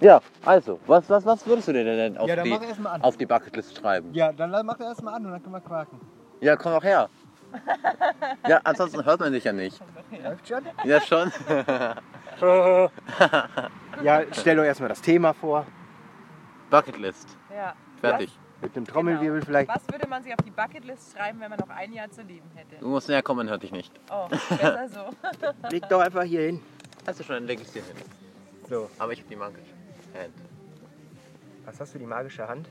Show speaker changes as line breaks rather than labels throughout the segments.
Ja, also, was, was, was würdest du dir denn auf,
Ja, dann
die,
mach erstmal an.
auf die Bucketlist schreiben?
Ja, dann mach er erstmal an und dann können wir quaken.
Ja, komm doch her. Ja, ansonsten hört man dich ja nicht.
Läuft schon?
Ja, schon.
Ja, stell doch erstmal das Thema vor.
Bucketlist.
Ja. Genau.
Fertig.
Mit einem Trommelwirbel vielleicht.
Was würde man sich auf die Bucketlist schreiben, wenn man noch ein Jahr zu leben hätte?
Du musst näher kommen, hört dich nicht.
Oh, besser so.
Leg doch einfach hier hin.
Hast du schon, dann leg ich dir hin.
So,
Aber ich hab die magische Hand.
was hast du die magische Hand?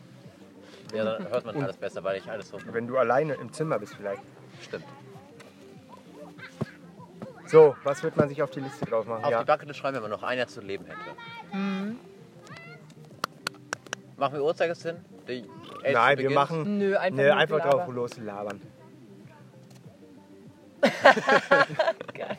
Ja, dann hört man alles besser, weil ich alles so
Wenn du alleine im Zimmer bist vielleicht.
stimmt.
So, was wird man sich auf die Liste drauf machen?
Auf
ja.
die Bucketlist schreiben, wenn man noch ein Jahr zu leben hätte. Machen wir Uhrzeigersinn? Die Aids
Nein, wir
beginnt?
machen
Nö, einfach,
Nee,
nur
einfach
Gelaber.
drauf um loslabern. Geil.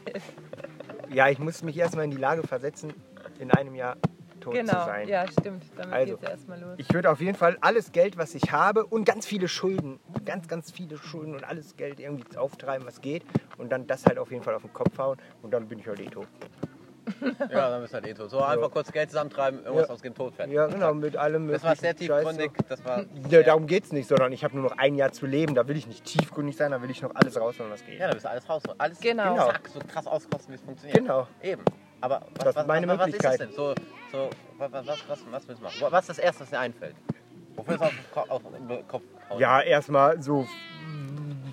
Ja, ich muss mich erstmal in die Lage versetzen, in einem Jahr tot zu
Genau,
sein.
ja, stimmt. Damit
Also.
geht's erstmal los.
Ich würde auf jeden Fall alles Geld, was ich habe und ganz viele Schulden, ganz, ganz viele Schulden und alles Geld irgendwie auftreiben, was geht und dann das halt auf jeden Fall auf den Kopf hauen und dann bin ich halt eh tot.
Ja, dann müssen wir halt eh tot. So, einfach kurz Geld zusammentreiben, irgendwas
Ja.
aus dem Tod fertig.
Ja, genau, mit allem
Das war
möglichen
sehr
Scheiß.
tiefgründig. Das war.
Ja, darum geht's nicht, sondern ich habe nur noch ein Jahr zu leben, da will ich nicht tiefgründig sein, da will ich noch alles rausholen, was geht.
Ja, da bist du alles raus. Alles
Genau.
zack, so krass auskosten, wie es funktioniert.
Genau.
Eben. Aber was,
Das sind
was,
meine
was, was ist das
Möglichkeiten.
denn? So, so, was, was, was, was, was willst du machen? Was ist das Erste, was dir einfällt? Wofür ist auf den Ko- auf den Kopf hauen?
Ja, erstmal so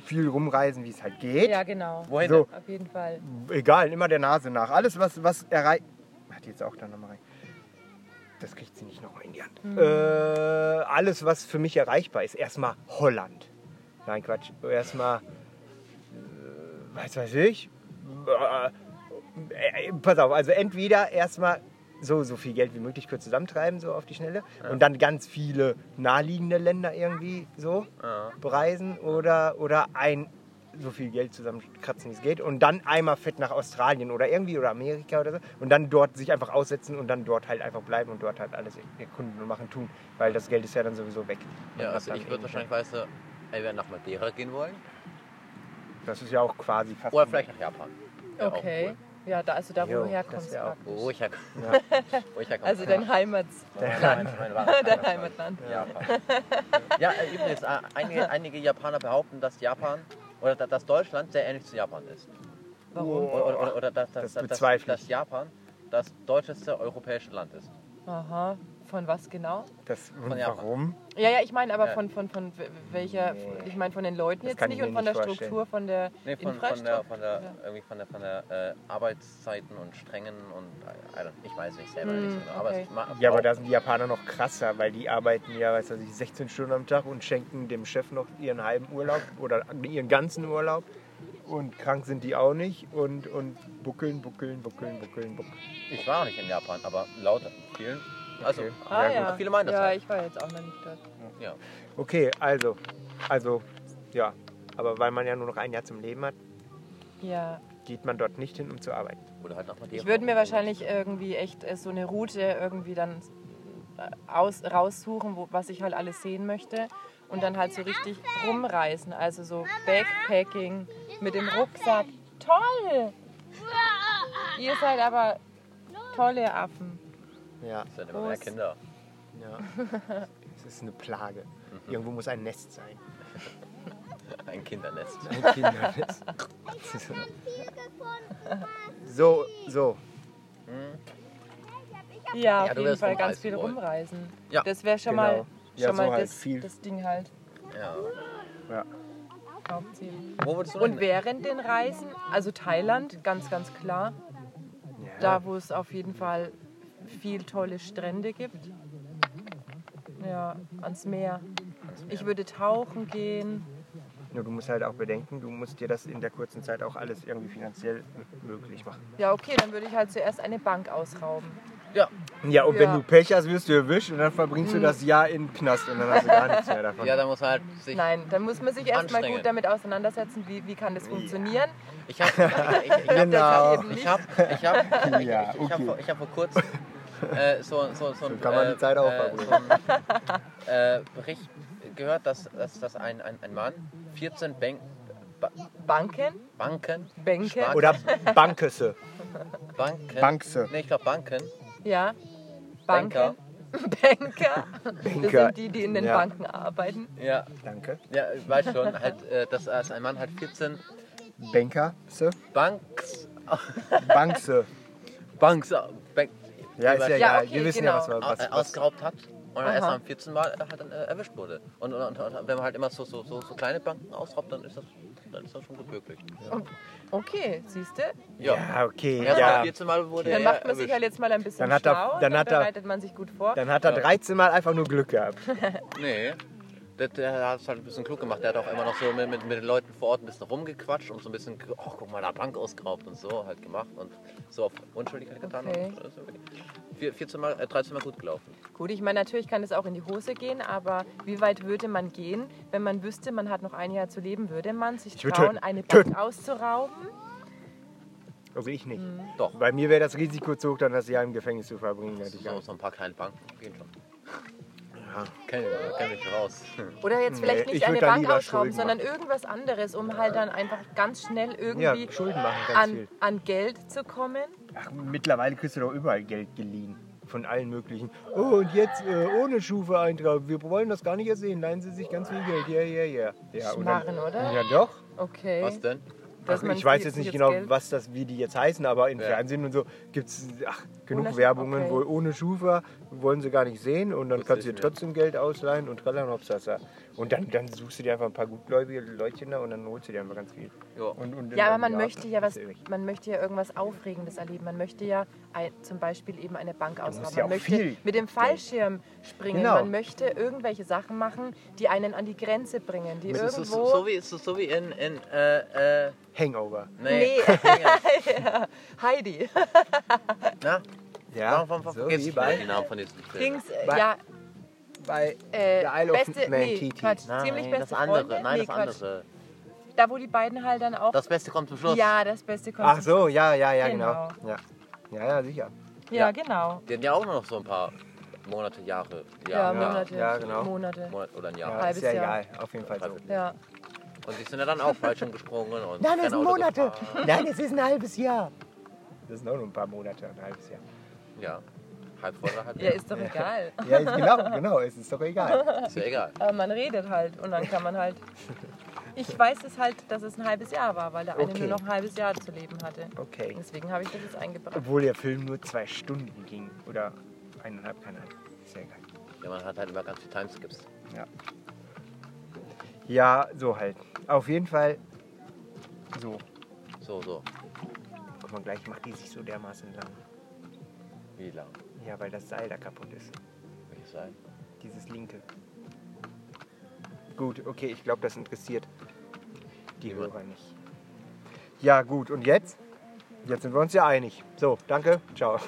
viel rumreisen, wie es halt geht.
Ja, genau.
Wohin?
So.
Auf jeden Fall.
Egal, immer der Nase nach. Alles, was, was erreicht. Hat jetzt auch da nochmal rein. Das kriegt sie nicht nochmal in die Hand. Äh, alles, was für mich erreichbar ist, erstmal Holland. Nein, Quatsch. Erstmal. Äh, was weiß ich? Äh, äh, pass auf, also entweder erstmal so, so viel Geld wie möglich kurz zusammentreiben, so auf die Schnelle. Und dann ganz viele naheliegende Länder irgendwie so
Ja.
bereisen oder, oder ein so viel Geld zusammenkratzen, wie es geht. Und dann einmal fett nach Australien oder irgendwie oder Amerika oder so. Und dann dort sich einfach aussetzen und dann dort halt einfach bleiben und dort halt alles erkunden und machen, tun. Weil das Geld ist ja dann sowieso weg. Und
Ja,
hat
also
dann
ich würde
eh
wahrscheinlich
nicht
weißt du, entweder nach Madeira gehen wollen
mehr. Das ist ja auch quasi fast.
oder vielleicht nach Japan. Wär auch
Okay.
cool.
Ja, da, also da, wo
Jo,
du
das
herkommst.
wär auch
praktisch.
Wo ich herkomme. Wo ich herkomme.
Also dein Heimat,
Heimatland. Mein
dein
wahres Heimatland.
Heimatland.
Japan. Ja, äh, übrigens, äh, einige, einige Japaner behaupten, dass Japan oder da- dass Deutschland sehr ähnlich zu Japan ist.
Warum?
Oder, oder, oder, oder dass, dass,
Das
dass, dass,
bezweifle ich.
dass Japan das deutscheste europäische Land ist.
Aha. Von was genau?
Das, und
Von Japan.
warum?
Ja, ja, ich meine aber
Ja.
von, von, von w- welcher,
Nee.
ich meine von den Leuten
Das
jetzt
kann ich
nicht
mir
und von
nicht
der
vorstellen.
Struktur, von der
Nee, von, von
Infrastruktur.
der, von der, irgendwie von der, von der äh, Arbeitszeiten und Strengen und äh, I don't- ich weiß nicht selber
Hm,
nicht so genau. Aber
okay.
es ma-
Ja, aber da sind die Japaner noch krasser, weil die arbeiten ja, weiß ich, 16 Stunden am Tag und schenken dem Chef noch ihren halben Urlaub oder ihren ganzen Urlaub. Und krank sind die auch nicht und, und buckeln, buckeln, buckeln, buckeln, buckeln.
Ich war noch nicht in Japan, aber laut vielen. Also,
Okay.
Ah,
Ja,
ja,
gut.
Viele meinen das
Ja,
halt.
ich war jetzt auch noch nicht dort.
ja.
Okay, also, also, ja. Aber weil man ja nur noch ein Jahr zum Leben hat,
Ja.
geht man dort nicht hin, um zu arbeiten.
Oder halt nach Madeira.
Ich würde mir wahrscheinlich irgendwie echt äh, so eine Route irgendwie dann äh, aus, raussuchen, wo, was ich halt alles sehen möchte. Und dann halt so richtig rumreisen. Also so Backpacking mit dem Rucksack. Toll! Ihr seid aber tolle Affen.
Ja,
Das sind immer mehr
Groß.
Kinder.
ja. Es ist eine Plage. Irgendwo muss ein Nest sein.
Ein Kindernest.
Ein Kindernest. so, so.
Ja, auf
Ja, du
jeden
wirst
Fall ganz
rumreisen
viel
wollen.
rumreisen.
Ja.
Das wäre schon
Genau.
mal,
Ja,
schon
so
mal
halt
das,
viel.
das Ding halt
Ja.
Ja.
aufziehen.
Wo würdest du denn-
Und während den Reisen, also Thailand, ganz, ganz klar,
Ja.
da wo es auf jeden Fall viel tolle Strände gibt. Ja, ans Meer. Ich würde tauchen gehen.
Nur du musst halt auch bedenken, du musst dir das in der kurzen Zeit auch alles irgendwie finanziell möglich machen.
Ja, okay, dann würde ich halt zuerst eine Bank ausrauben.
Ja,
Ja, und wenn
Ja.
du Pech hast, wirst du erwischt und dann verbringst du das Jahr in den Knast und dann hast du gar nichts mehr davon.
ja da muss halt sich.
Nein, dann muss man sich erstmal
Anstrengend.
gut damit auseinandersetzen, wie, wie kann das funktionieren.
Ich habe ich, ich, hab-
Genau.
eben
ich hab, ich hab, ich,
Ja,
ich, ich hab,
Ah, okay.
vor- ich hab vor kurzem äh, so, so, so, ein,
kann man
äh,
die Zeit auch
äh, so
verbringen.
ein, äh, Bericht gehört, dass, dass, dass ein, ein, ein Mann 14 Bank, ba
Banken,
Banken,
Bänke,
Schwarz-
Oder Bankesse.
Banken,
Bankse.
nee, ich glaube Banken
ja,
Banker.
Banker. Das
Banker.
sind die, die in den
Ja.
Banken arbeiten.
Ja,
Danke.
ja, ich weiß schon, halt, äh, dass als ein Mann halt 14
Banker, Sir.
Banks,
Bank, Sir.
Banks, Bank,
Ja, ist ja,
ja,
egal.
okay,
Wir wissen ja, was wir
au- äh,
was, was,
ausgeraubt hat und
Aha.
erst am 14. Mal äh, halt dann, äh, erwischt wurde. Und, und, und, und wenn man halt immer so, so, so, so kleine Banken ausraubt, dann ist das, dann ist das schon gut möglich.
Und, okay, siehst du?
Ja.
Ja, okay.
Erst am
Ja. also
14. Mal wurde
Dann
er
macht man sich halt
erwischt.
jetzt mal ein bisschen
Dann hat er-
schlau,
dann hat er-
bereitet man sich gut vor.
Dann hat er 13 Mal einfach nur Glück gehabt. halt
Nee. Der, der hat es halt ein bisschen klug gemacht. Der hat auch immer noch so mit, mit, mit den Leuten vor Ort ein bisschen rumgequatscht und so ein bisschen, ge- oh, guck mal, da hat Bank ausgeraubt und so halt gemacht und so auf Unschuldigkeit getan.
Okay.
Und, äh, so okay. Vier- 14 Mal, äh, 13 Mal gut gelaufen.
Gut, ich meine, natürlich kann es auch in die Hose gehen, aber wie weit würde man gehen, wenn man wüsste, man hat noch ein Jahr zu leben? Würde man sich
würd
trauen,
töten.
eine
Töten.
Bank auszurauben?
Also ich nicht.
Doch.
Bei mir wäre das Risiko zu hoch, dann das Jahr im Gefängnis zu verbringen. Hätte ich
So,
Angst.
so ein paar kleine Banken gehen schon. Kenn, äh, kenn mich raus.
Oder jetzt
Nee,
vielleicht
ich
nicht
würd
eine
da
Bank
lieber
ausrauben,
Schulden
sondern irgendwas anderes, um halt dann einfach ganz schnell
Ja,
irgendwie
Schulden machen ganz
an,
viel.
an Geld zu kommen.
Ach, mittlerweile kriegst du doch überall Geld geliehen. Von allen möglichen. Oh, und jetzt äh, ohne Schufa-Eintrag. Wir wollen das gar nicht erst sehen. Leihen Sie sich ganz viel Geld. Ja, ja, ja. Ja, und dann-
Schmarren, oder?
ja doch.
Okay.
Was denn?
Dass
Ach,
man
ich weiß
sich
jetzt nicht
jetzt
genau,
Geld-
was das, wie die jetzt heißen, aber im
Ja.
Fernsehen und so gibt es genug
Ohne-
Werbungen,
okay.
wo ohne Schufa wollen sie gar nicht sehen und dann
Das
kannst du dir
wissen wir.
trotzdem Geld ausleihen und Tralanopsasa. Und dann, dann suchst du dir einfach ein paar gutgläubige Leutchen da und dann holst du dir einfach ganz viel.
Ja.
Und, und
Ja, aber
dann-
man möchte ja was,
ist ehrlich.
man möchte ja irgendwas Aufregendes erleben. Man möchte ja ein, zum Beispiel eben eine Bank ausrauben.
ja
man
auch
möchte
viel
mit dem Fallschirm springen.
Genau.
Man möchte irgendwelche Sachen machen, die einen an die Grenze bringen, die
Es
irgendwo.
ist so, so, wie, es ist so wie in, in äh, äh,
Hangover.
nee.
Nee. Heidi.
Na,
Ja,
warum, warum, warum
so
vergisst
wie
du
bei,
die Namen von diesen Filmen?
Dings, äh,
Bei-
ja,
bei
äh,
der Isle
beste,
of Man
nee,
Titi.
Quatsch,
Nein,
ziemlich beste
das andere,
Freunde.
nein,
nee,
das
Quatsch.
andere.
Da, wo die beiden halt dann auch...
Das Beste kommt zum Schluss.
ja, das Beste kommt.
Ach
zum-
so, ja, ja, ja, genau.
Genau.
Ja. ja, ja, sicher.
Ja,
ja.
genau.
Die hatten ja auch noch so ein paar Monate, Jahre.
Ja,
Jahre,
Monate.
ja, genau.
Monate.
Monat oder ein Jahr.
Ja,
Halbes
ist ja
Jahr.
egal, auf jeden Fall so.
Ja.
Und die sind ja dann auch falsch umgesprungen und
Nein, es
kein
sind
Auto
Monate.
gefahren.
Nein, es ist ein halbes Jahr. Das sind auch nur ein paar Monate, ein halbes Jahr.
Ja, halb voll oder halb
ja,
leer.
ist doch egal.
Ja, ist genau, genau, es ist doch egal.
Ist ja egal.
Aber man redet halt und dann kann man halt. Ich weiß es halt, dass es ein halbes Jahr war, weil der eine
Okay.
nur noch ein halbes Jahr zu leben hatte.
Okay.
Deswegen habe ich das jetzt eingebracht.
Obwohl der Film nur zwei Stunden ging. Oder eineinhalb, keine Ahnung. Ist ja egal.
Ja, man hat halt immer ganz viel Timeskips.
Ja, so halt. Auf jeden Fall. So.
So, so.
Guck mal, gleich macht die sich so dermaßen lang.
Wie lang?
Ja, weil das Seil da kaputt ist.
Welches Seil?
Dieses linke. Gut, okay, ich glaube, das interessiert die
Niemand.
Hörer nicht. Ja, gut, und jetzt? Jetzt sind wir uns ja einig. So, danke, ciao.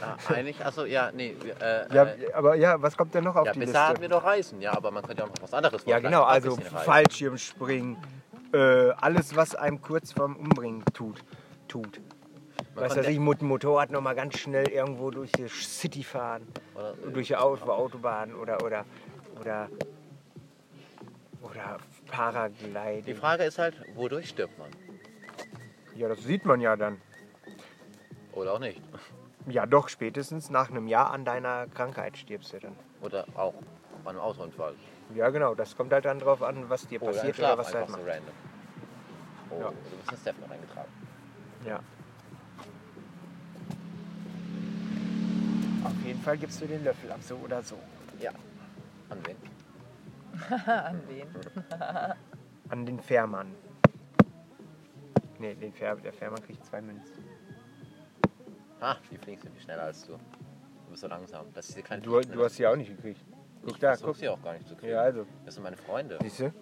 Ah, eigentlich, achso, ja, nee. wir, Äh,
Ja,
äh,
aber ja, was kommt denn noch auf
ja
die
bisher hatten
Liste?
wir doch Reisen. Ja, aber man könnte ja auch noch was anderes
Ja,
vorschlagen.
genau,
Ein
also
bisschen Reisen.
Fallschirmspringen, äh, alles, was einem kurz vorm Umbringen tut. tut.
Man
Was weiß
konnte-
ich, mit dem Motorrad nochmal ganz schnell irgendwo durch die City fahren,
Oder, äh,
durch die Au- Autobahn oder, oder, oder, oder Paragliden.
Die Frage ist halt, wodurch stirbt man?
Ja, das sieht man ja dann.
Oder auch nicht.
Ja, doch, spätestens nach einem Jahr an deiner Krankheit stirbst du dann.
Oder auch bei einem Autounfall.
Ja, genau, das kommt halt dann drauf an, was dir
Oder im
passiert
Oh, Schlaf
oder was du halt
einfach so
machst.
random. Oh,
Ja.
du bist in Steph noch eingetragen.
Ja. Auf jeden Fall gibst du den Löffel ab, so oder so.
Ja. An wen?
An wen?
An den Fährmann. Nee, den Fähr der Fährmann kriegt zwei Münzen.
Ha, die fliegst du viel schneller als du. Du bist so langsam. Das ist diese kleine ne?
Du, du hast sie auch nicht gekriegt. Guck da, guck.
sie auch gar nicht zu kriegen.
Ja, also.
Das sind meine Freunde.
Siehst du?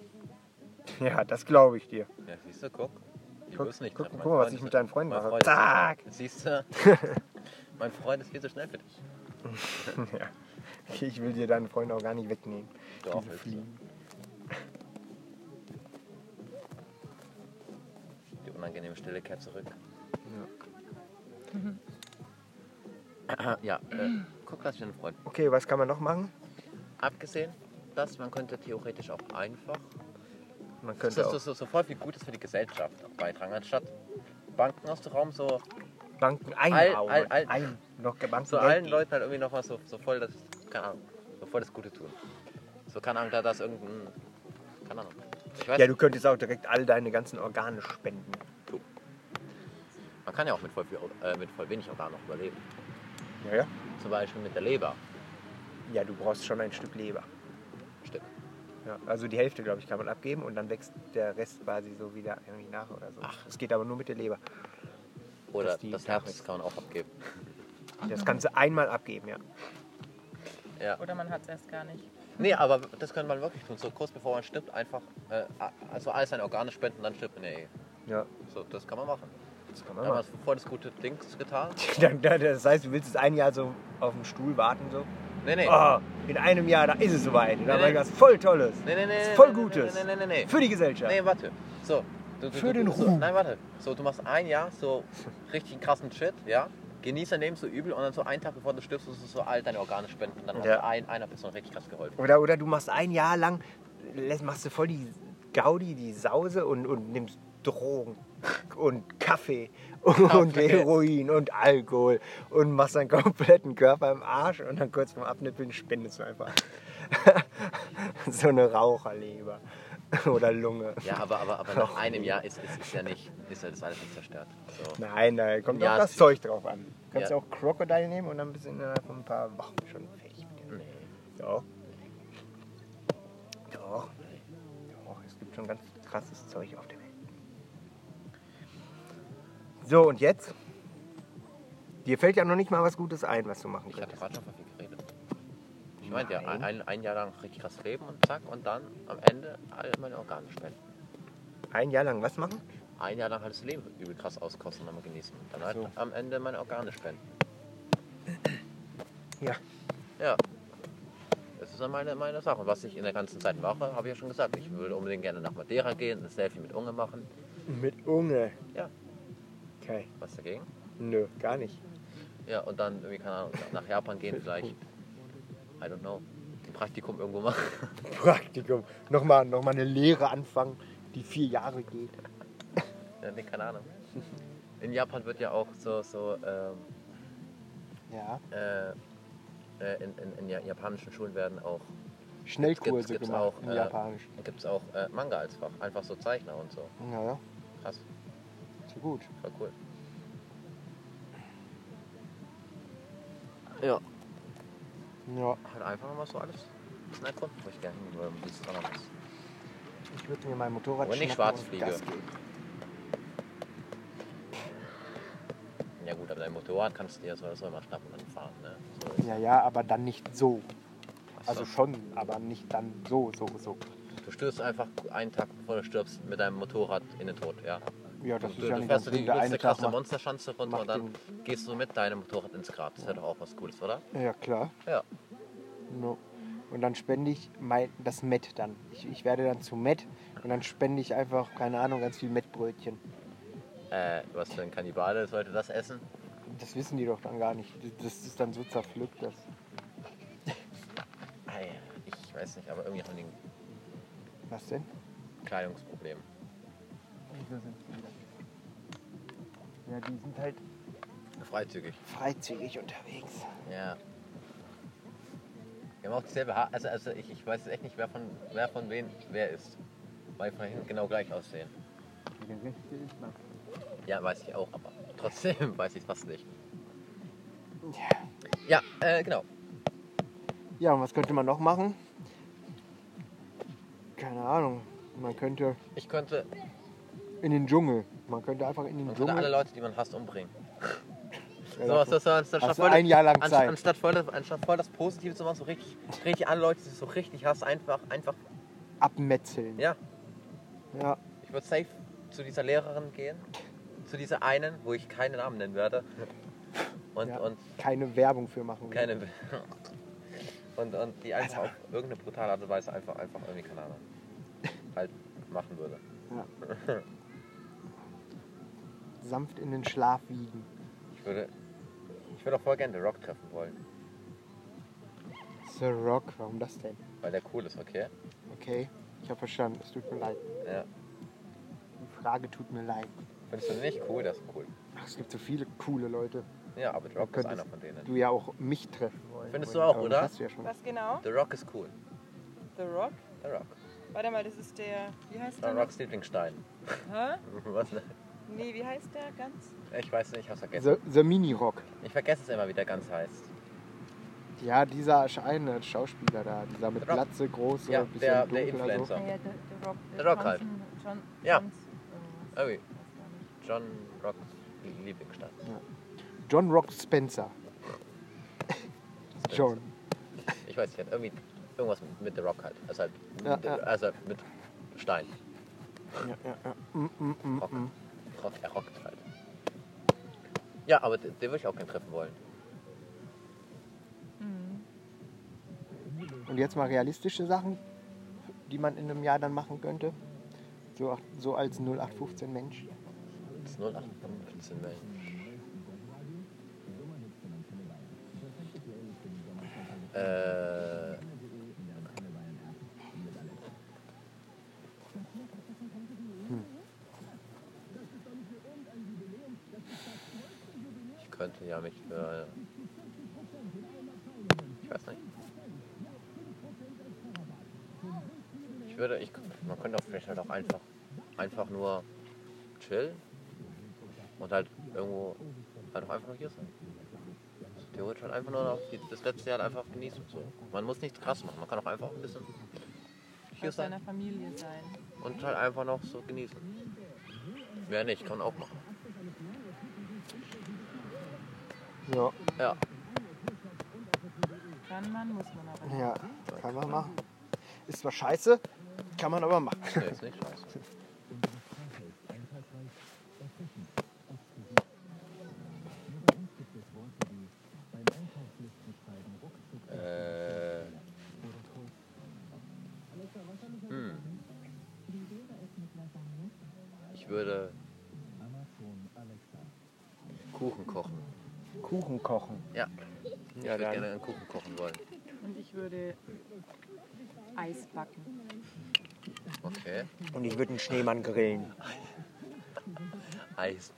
Ja, das glaube ich dir.
Ja, siehst du, guck. Die
Guck,
müssen nicht ne?
guck,
treffen.
guck mal, was ich mit deinen Freunden mache. Zack!
Siehst du? mein Freund ist viel zu schnell für dich.
ja. Ich will dir deine Freunde auch gar nicht wegnehmen.
Doch,
Diese
willst du.
Fliegen.
Die unangenehme Stille kehrt zurück. Ja, äh, guck, was für ein Freund.
Okay, was kann man noch machen?
Abgesehen, dass man könnte theoretisch auch einfach
Man
Das
könnte
ist so,
auch.
so, so voll viel Gutes für die Gesellschaft auch beitragen, anstatt Banken aus dem Raum so
Banken
All-
einhauen.
all- all-
ein, noch Banken
zu
Geld
allen
geben.
Leuten halt irgendwie noch was so, so voll das, keine Ahnung, so voll das Gute tun. So, keine Ahnung, da das irgendein, keine Ahnung. Ich weiß,
Ja, du könntest auch direkt all deine ganzen Organe spenden.
man kann ja auch mit voll, viel, äh, mit voll wenig Organ noch überleben.
Ja, ja.
Zum Beispiel mit der Leber.
Ja, du brauchst schon ein Stück Leber.
Stück.
Ja, also die Hälfte, glaube ich, kann man abgeben und dann wächst der Rest quasi so wieder irgendwie nach oder so.
Ach.
Es geht aber nur mit der Leber.
Oder
Dass die
das
Nachwächst-
Herz kann man auch abgeben.
Das kannst du einmal abgeben, ja.
Ja.
Oder man hat es erst gar nicht.
Nee, aber das könnte man wirklich tun. So kurz bevor man stirbt, einfach, äh, also alles an Organe spenden, dann stirbt man ja eh.
Ja,
So, das kann man machen.
das kann man
Da haben wir
machen.
voll das gute Ding getan.
Dann- dann- Das heißt, du willst jetzt ein Jahr so auf dem Stuhl warten, so.
Nee, nee.
Oh, in einem Jahr, da ist es soweit. Da
Nee,
war
nee.
was voll Tolles.
Nee, nee, nee.
Voll
nee, nee,
Gutes.
Nee, nee, nee, nee.
Für die Gesellschaft.
Nee, warte. So. Du, du,
Für
du,
den
du, So,
Ruhm.
nein, warte. So, du machst ein Jahr so richtig krassen Shit, ja? Genießt dein Leben so übel und dann so einen Tag bevor du stirbst, musst du so all deine Organe spenden und dann
Ja.
hast du ein, einer Person richtig krass geholfen.
Oder, oder du machst ein Jahr lang, lässt- machst du voll die Gaudi, die Sause und, und nimmst Drogen und Kaffee und
Kaffee.
Heroin und Alkohol und machst deinen kompletten Körper im Arsch und dann kurz vorm Abnippeln spendest du einfach so eine Raucherleber oder Lunge.
Ja, aber, aber, aber nach einem Jahr ist es ist, ja nicht, ist ja das alles nicht zerstört. So.
Nein, da kommt
Ja,
auch das
es-
Zeug drauf an. Du kannst
Ja.
auch Crocodile nehmen und dann bist du innerhalb von ein paar Wochen schon fertig mit dem.
Nee.
Doch. Doch. Doch, es gibt schon ganz krasses Zeug auf der Welt. So, und jetzt? Dir fällt ja noch nicht mal was Gutes ein, was du machen
Ich hatte
könntest.
gerade schon von viel geredet. Ich meinte ja,
Nein.
ein, ein Jahr lang richtig krass leben und zack, und dann am Ende alle meine Organe spenden.
Ein Jahr lang was machen?
Ein Jahr lang halt das Leben übel krass auskosten und dann genießen. Dann halt
So.
am Ende meine Organe spenden.
Ja.
Ja. Das ist ja meine, meine Sache. Was ich in der ganzen Zeit mache, habe ich ja schon gesagt. Ich würde unbedingt gerne nach Madeira gehen, ein Selfie mit Unge machen.
Mit Unge.
Ja.
Okay.
Was dagegen?
Nö, gar nicht.
Ja, und dann irgendwie, keine Ahnung, nach Japan gehen vielleicht. I don't know. Ein Praktikum irgendwo machen.
Praktikum. Nochmal, nochmal eine Lehre anfangen, die vier Jahre geht.
Ja, nee, keine Ahnung. In Japan wird ja auch so, so ähm,
Ja.
äh, äh, in, in, in ja- japanischen Schulen werden auch, Gibt's-
Schnellkurse
gibt's
gemacht
auch,
in
äh,
Japanisch.
gibt es auch äh, Manga als Fach. Einfach so Zeichner und so.
Naja,
Krass,
so gut.
voll cool. Ja.
Ja,
Halt einfach mal so alles. Das ist ein Grund, wo ich gerne hin würde. Das ist auch noch was.
ich würde mir mein Motorrad
Wenn ich
schnappen
schwarz
und
fliege.
Gas geben.
Ja gut, aber dein Motorrad kannst du dir so oder so immer schnappen und dann fahren. Ne? So ist-
Ja, ja, aber dann nicht so.
Ach
Also
so.
schon, aber nicht dann so, so, so.
Du stürzt einfach einen Tag bevor du stirbst mit deinem Motorrad in den Tod, ja.
Ja, das
du,
ist ja
du
nicht ganz
fährst du die
schlimm. Der
übelste
eine Tag
krasse
macht,
Monsterschanze runter
macht
und dann gehst du mit deinem Motorrad ins Grab. Das wäre doch auch was Cooles, oder?
Ja, klar.
Ja.
No. Und dann spende ich mein, das Met dann. Ich, ich werde dann zu Met und dann spende ich einfach, keine Ahnung, ganz viel Mettbrötchen.
Äh, was für ein Kannibale sollte das essen?
Das wissen die doch dann gar nicht. Das ist dann so zerpflückt, das.
Ei, Ich weiß nicht, aber irgendwie haben die ein
Was denn?
Kleidungsproblem.
Ja, die sind halt
Freizügig.
freizügig unterwegs.
Ja. Wir haben auch dieselbe Haar. Also, also ich, ich weiß echt nicht, wer von, wer von wen wer ist. Weil die von hinten genau gleich aussehen.
Der rechte ist nach
Ja, weiß ich auch, aber trotzdem weiß ich es fast nicht.
Ja.
Ja, äh, genau.
Ja, und was könnte man noch machen? Keine Ahnung. Man könnte
Ich könnte,
in den Dschungel. Man könnte einfach in den
man könnte alle
Dschungel.
Leute, die man hasst, umbringen.
Ja,
so,
das-
was, das war anstatt
hast du
voll,
ein Jahr lang
anst-
Zeit.
Anstatt voll, das, anstatt voll das Positive zu machen, so richtig, richtig alle Leute, die du so richtig hast, einfach, einfach,
abmetzeln.
ja.
Ja.
Ich würde safe zu dieser Lehrerin gehen, zu dieser einen, wo ich keinen Namen nennen werde. Und,
ja.
und
keine Werbung für machen.
keine. Und, und die einfach auf irgendeine brutale Art und Weise einfach, einfach irgendwie, keine Ahnung, halt machen würde.
Sanft in den Schlaf wiegen.
Ich würde. Ich würde auch voll gerne The Rock treffen wollen,
The Rock, warum das denn?
weil der cool ist, okay?
Okay, ich habe verstanden. Es tut mir leid.
Ja.
Die Frage tut mir leid.
Findest du den nicht cool? Das ist cool.
Ach es gibt so viele coole Leute.
Ja, aber The
Da
Rock ist einer
könntest
von denen.
du ja auch mich treffen wollen.
Genau. Findest du auch,
Aber
oder?
Hast du ja schon.
Was genau?
The Rock ist cool.
The Rock?
The Rock.
Warte mal, das ist der. Wie heißt
The
der? noch?
Rocks Lieblingsstein.
Hä?
Was? ne?
Nee, wie heißt der ganz?
Ich weiß nicht, ich hab's vergessen.
The, the Mini-Rock.
Ich vergesse es immer, wie der ganz heißt.
Ja, dieser eine Schauspieler da, dieser mit
Der Rock.
Glatze, große,
Ja,
bisschen
der, der
dunkel. also.
Influencer.
the, the Rock.
The Rock halt.
John,
Ja.
Johns irgendwas.
Irgendwie. Ah John Rocks Lieblingsstein.
John Rock Spencer. John.
Ich weiß nicht, irgendwie irgendwas mit The Rock halt. Also halt,
Ja,
The-
ja.
Also mit Stein.
Ja, ja, ja. Mm, mm, mm,
Rock.
mm.
Rock, er rockt halt. Ja, aber den, den würde ich auch gerne treffen wollen.
Und jetzt mal realistische Sachen, die man in einem Jahr dann machen könnte. So, ach- so als 0815 Mensch.
Das ist 0815 Mensch. Äh. Ich könnte ja mich für. Ich weiß nicht. Ich würde, ich, man könnte auch vielleicht halt auch einfach, einfach nur chillen und halt irgendwo halt auch einfach nur hier sein. Also theoretisch halt einfach nur noch die, das letzte Jahr halt einfach genießen. So. Man muss nichts krass machen, man kann auch einfach ein bisschen hier
Aus seiner
sein
Familie sein.
und halt einfach noch so genießen. Mehr nicht, kann man auch machen.
Ja,
Ja,
Kann man, muss man aber. nicht.
ja, kann man machen. Ist zwar scheiße, kann man aber machen.
nee, ist nicht scheiße. Äh. Hm. Ich würde Kuchen kochen.
Kuchen kochen.
Ja. Ich
Ja,
würde
dann.
gerne einen Kuchen kochen wollen.
Und ich würde Eis backen.
Okay.
Und ich würde einen Schneemann grillen.
Eis.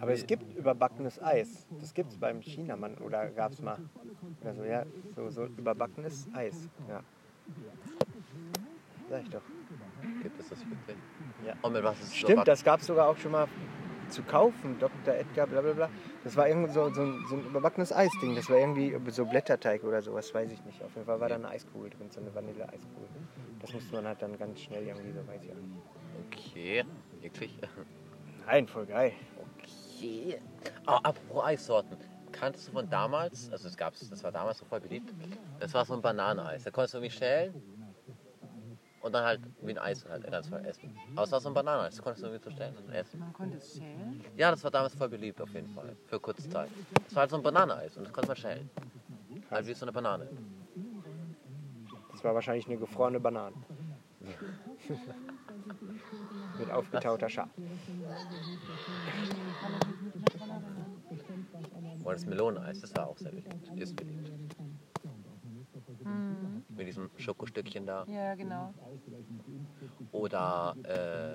Aber es gibt überbackenes Eis. Das gibt es beim Chinamann oder gab es mal. Oder so, ja, so, so überbackenes Eis. Ja. Sag ich doch.
Gibt es das wirklich?
Ja.
Und mit was ist es
Stimmt,
überbacken?
das gab es sogar auch schon mal zu kaufen. Dr. Edgar, bla bla bla. Das war irgend so, so, ein, so ein überbackenes Eisding. Das war irgendwie so Blätterteig oder sowas, weiß ich nicht. Auf jeden Fall war da eine Eiskugel drin, so eine Vanille-Eiskugel. Das musste man halt dann ganz schnell irgendwie so, weiß ich auch nicht.
Okay. Wirklich?
Nein, voll geil.
Okay. Ah, apropos Eissorten. Kanntest du von damals, also es gab's, das war damals so voll beliebt, das war so ein Bananeneis. Da konntest du irgendwie stellen und dann halt wie ein Eis halt ganz voll essen. Aber es war so ein Bananeneis, das konntest du irgendwie so stellen und essen.
Man konnte es schälen.
Ja, das war damals voll beliebt auf jeden Fall, für kurze Zeit. Es war halt so ein Bananeneis und das konnte man schälen. Halt wie so eine Banane.
Das war wahrscheinlich eine gefrorene Banane. Mit aufgetauter Schale.
Oder das Meloneneis, das war auch sehr beliebt. Ist beliebt. Mit diesem Schokostückchen da.
Ja, genau.
Oder äh,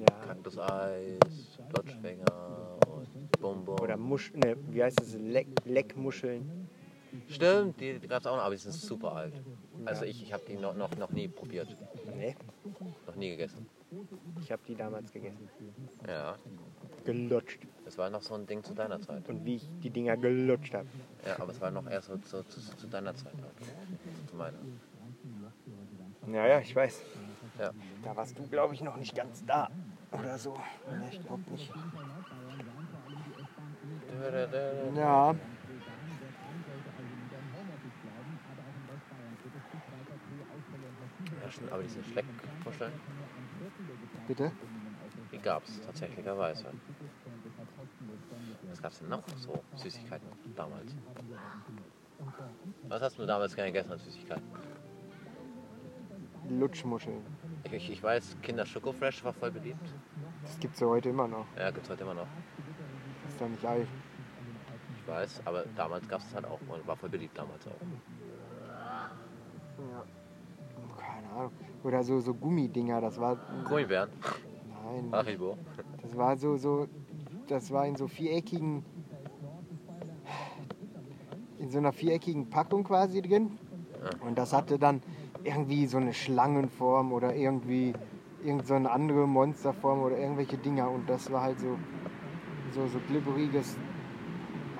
Ja.
Kaktuseis, Lutschfinger und Bonbon.
Oder Musch, ne, wie heißt das? Leck, Leckmuscheln.
Stimmt, die gab es auch noch, aber die sind super alt. Also ich, ich habe die noch, noch, noch nie probiert,
Ne,
noch nie gegessen.
ich habe die damals gegessen.
Ja,
Gelutscht.
das war noch so ein Ding zu deiner Zeit.
Und wie ich die Dinger gelutscht habe.
Ja, aber es war noch erst so zu, zu, zu deiner Zeit. Halt. Zu meiner.
Ja, ja, ich weiß.
Ja.
Da warst du, glaube ich, noch nicht ganz da. Oder so. Ja, ich glaube nicht. Ja.
ja stimmt, aber diese Schleckmuscheln,
Bitte?
die gab es tatsächlicherweise. Was gab es denn noch so Süßigkeiten damals? Was hast du damals gerne gegessen an Süßigkeiten?
Lutschmuscheln.
Ich, ich, ich weiß, Kinder Schoko Fresh war voll beliebt.
Das gibt's ja heute immer noch.
Ja, gibt's heute immer noch.
Ist doch nicht alt.
Ich weiß, aber damals gab es halt auch und war voll beliebt damals auch.
Ja. Keine Ahnung. Oder so, so Gummidinger, das war.
Gummibären.
Nein.
Haribo.
Das war so, so, das war in so viereckigen, in so einer viereckigen Packung quasi drin. Und das hatte dann irgendwie so eine Schlangenform oder irgendwie irgend so eine andere Monsterform oder irgendwelche Dinger. Und das war halt so, so, so glibberiges,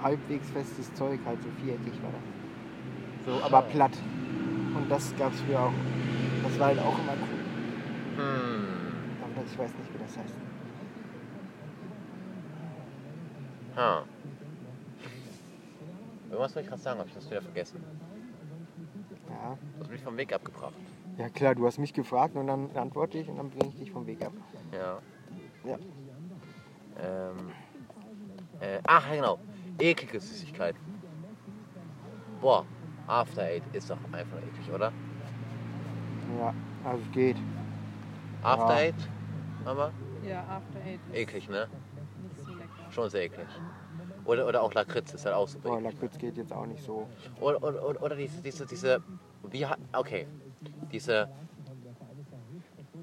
halbwegs festes Zeug, halt so viereckig war das. So, aber platt. Und das gab es früher auch. Das war halt auch immer cool.
Hm.
Aber das, ich weiß nicht, wie das heißt.
Ha. Irgendwas wollte ich gerade sagen, habe ich das wieder vergessen.
Ja.
Du hast mich vom Weg abgebracht.
Ja klar, du hast mich gefragt und dann antworte ich und dann bringe ich dich vom Weg ab.
Ja.
Ja.
Ähm. Äh, ach, ja, genau. Eklige Süßigkeiten. Boah, After Eight ist doch einfach eklig, oder?
Ja, also es geht.
After
Ja.
Eight, aber
Ja, After Eight. ist
eklig, ne?
Nicht so lecker.
Schon sehr eklig. Oder, oder auch Lakritz ist halt auch super
Boah,
eklig.
Lakritz geht jetzt auch nicht so.
Oder, oder, oder, oder diese, diese, diese, wie, ha- okay, diese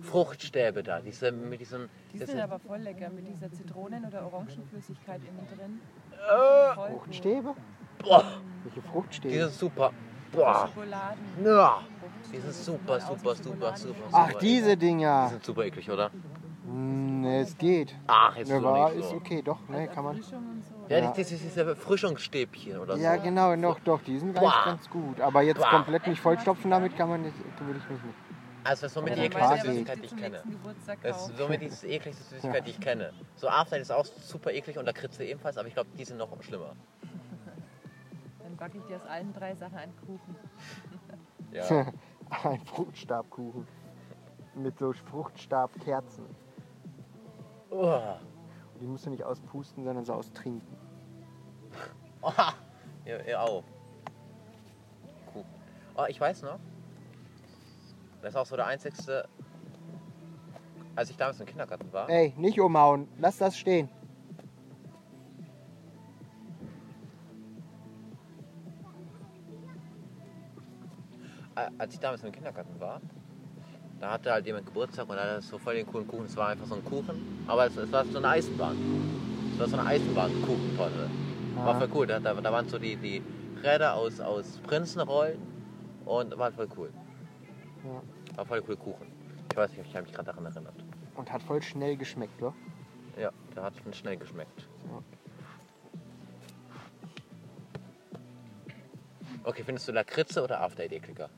Fruchtstäbe da, diese mit diesem,
Die
das
sind
sind-
aber voll lecker mit dieser Zitronen- oder Orangenflüssigkeit innen drin.
Äh,
Voll gut.
Fruchtstäbe?
boah,
Welche
die sind
Fruchtstäbe?
super, boah,
Schokoladen.
Ja.
die sind super, super, super, super,
Ach,
super
diese
eklig. Die
Dinger.
sind super eklig, oder?
Hm, ne, es geht.
Ach, jetzt
Ne,
ist doch
war,
nicht
ist
so.
okay, doch, ne, kann man.
Erfrischung und so.
Ja,
Ja.
das ist diese Erfrischungsstäbchen oder
Ja,
so.
genau, doch, doch, die sind
Boah.
eigentlich ganz gut. Aber jetzt
Boah.
komplett mich vollstopfen damit kann man nicht, würde ich mich nicht.
Also das ist somit
Ja,
die
dann
ekligste
weiß er, was
eklig.
ich
Süßigkeit, die
dir
ich
zum
kenne.
nächsten Geburtstag
Das ist
kaufe.
somit die ekligste Süßigkeit, die ich kenne. So After ist auch super eklig und Lakritze ebenfalls, aber ich glaube, die sind noch schlimmer.
Dann backe ich dir aus allen drei Sachen einen Kuchen.
Ja.
Ein Fruchtstabkuchen. Mit so Fruchtstabkerzen.
Uah.
Die musst du nicht auspusten, sondern so austrinken.
Oha! Ja, ja auch. Cool. Oh, ich weiß noch. Das ist auch so der einzigste. Als ich damals im Kindergarten war. äh,
Ey, nicht umhauen, lass das stehen.
Äh, als ich damals im Kindergarten war, da hatte halt jemand Geburtstag und hatte so voll den coolen Kuchen. Es war einfach so ein Kuchen, aber es, es war so eine Eisenbahn. Es war so eine Eisenbahnkuchentorte. War
Ah.
voll cool. Da, da, da waren so die, die Räder aus, aus Prinzenrollen und war voll cool. War voll cool Kuchen. Ich weiß nicht, ich habe mich gerade daran erinnert.
Und hat voll schnell geschmeckt, oder?
Ja, der hat schon schnell geschmeckt. Okay, findest du Lakritze oder After Eight ekliger?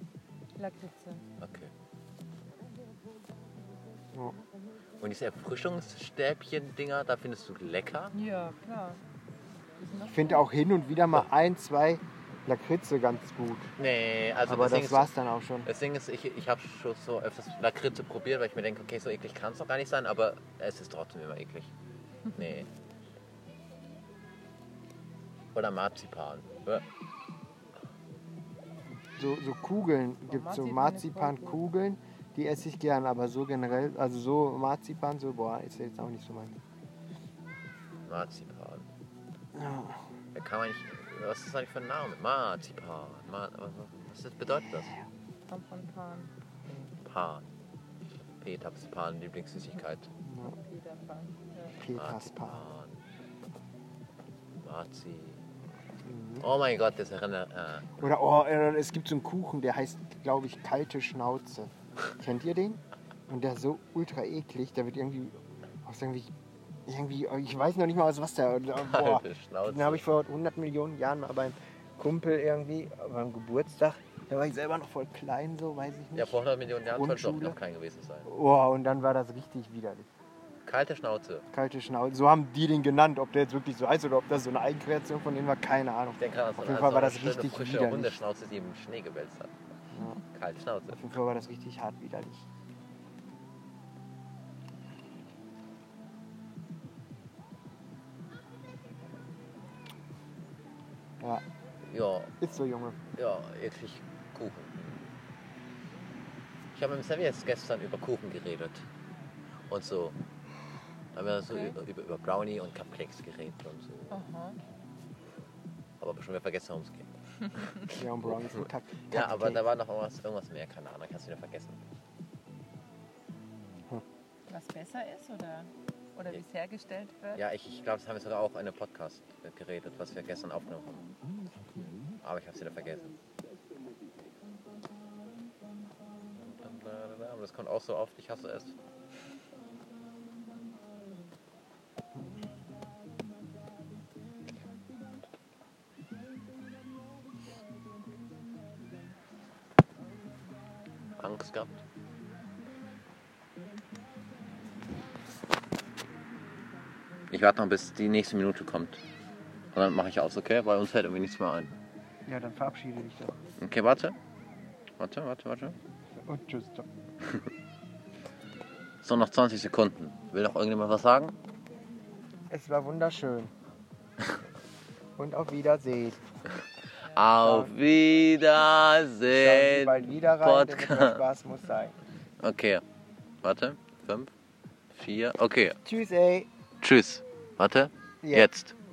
Lakritze.
Okay.
Ja.
Und diese Erfrischungsstäbchen-Dinger, da findest du lecker?
Ja, klar.
Ich finde auch hin und wieder mal ein, zwei Lakritze ganz gut.
Nee, also
Aber
deswegen
das war's dann auch schon.
Ist, das Ding ist, ich, ich habe schon so öfters Lakritze probiert, weil ich mir denke, okay, so eklig kann es doch gar nicht sein, aber es ist trotzdem immer eklig. Nee. Oder Marzipan. Äh,
So, so Kugeln gibt so
Marzipan ist voll
Marzipankugeln, die esse ich gern, aber so generell, also so Marzipan, so, boah, ist jetzt auch nicht so mein.
Marzipan. Da kann man nicht. Was ist das eigentlich für ein Name? Marzipan. Mar was- was das bedeutet das?
Tampon Pan.
Pan. Peters Pan, Lieblingssüßigkeit.
Peter Pan. Ja.
Peterspan.
Marzi.
Mhm.
Oh mein Gott, das erinnert. Äh,
Oder, oh, äh, es gibt so einen Kuchen, der heißt, glaube ich, kalte Schnauze. Kennt ihr den? Und der ist so ultra eklig, der wird irgendwie aus irgendwie, irgendwie, oh, ich weiß noch nicht mal aus was der. äh, Boah.
Kalte Schnauze.
Den habe ich vor 100 Millionen Jahren mal beim Kumpel irgendwie, beim Geburtstag, da war ich selber noch voll klein, so weiß ich nicht.
ja, vor 100 Millionen Jahren soll es doch
Grundschule.
noch kein gewesen sein.
Boah, und dann war das richtig widerlich.
Kalte Schnauze.
Kalte Schnauze, so haben die den genannt, ob der jetzt wirklich so heißt oder ob das so eine Eigenkreation von denen war, keine Ahnung.
Ich denke gerade an so
Auf
eine-
jeden Fall
so
war
eine
das
schöne,
richtig
frische
widerlich.
Hundeschnauze, die im Schnee gewälzt hat. Kalte Schnauze.
Auf jeden Fall war das richtig hart widerlich. Ja,
Ja,
ist so, Junge.
ja, eklig Kuchen. Ich habe mit dem Sammy jetzt gestern über Kuchen geredet. Und so. Da haben wir so
Okay.
über, über, über Brownie und Cupcakes geredet und so.
Aha.
Aber schon wieder vergessen, worum es ging.
Ja, und Brown ist ein Kack.
Ja, aber
Kackcake.
da war noch irgendwas, irgendwas mehr, keine Ahnung, ich hab's wieder vergessen.
was besser ist oder, oder wie es hergestellt wird?
Ja, ich, ich glaube, das haben wir sogar auch in einem Podcast äh, geredet, was wir gestern aufgenommen haben. Aber ich habe es wieder vergessen. Aber das kommt auch so oft, ich hasse es. Angst gehabt. Ich warte noch, bis die nächste Minute kommt. Und dann mache ich aus, okay? Weil uns fällt irgendwie nichts mehr ein.
Ja, dann verabschiede dich doch.
Okay, warte. Warte, warte, warte.
Und tschüss. Doch.
So, noch 20 Sekunden. Will noch irgendjemand was sagen?
Es war wunderschön. Und auf Wiedersehen.
Auf
Schauen Sie
Wiedersehen.
bald wieder rein, denn mehr
Äh, Podcast.
Spaß muss sein.
Okay. Warte. Fünf, vier. Okay.
Tschüss, ey.
Tschüss. Warte.
Ja.
Jetzt.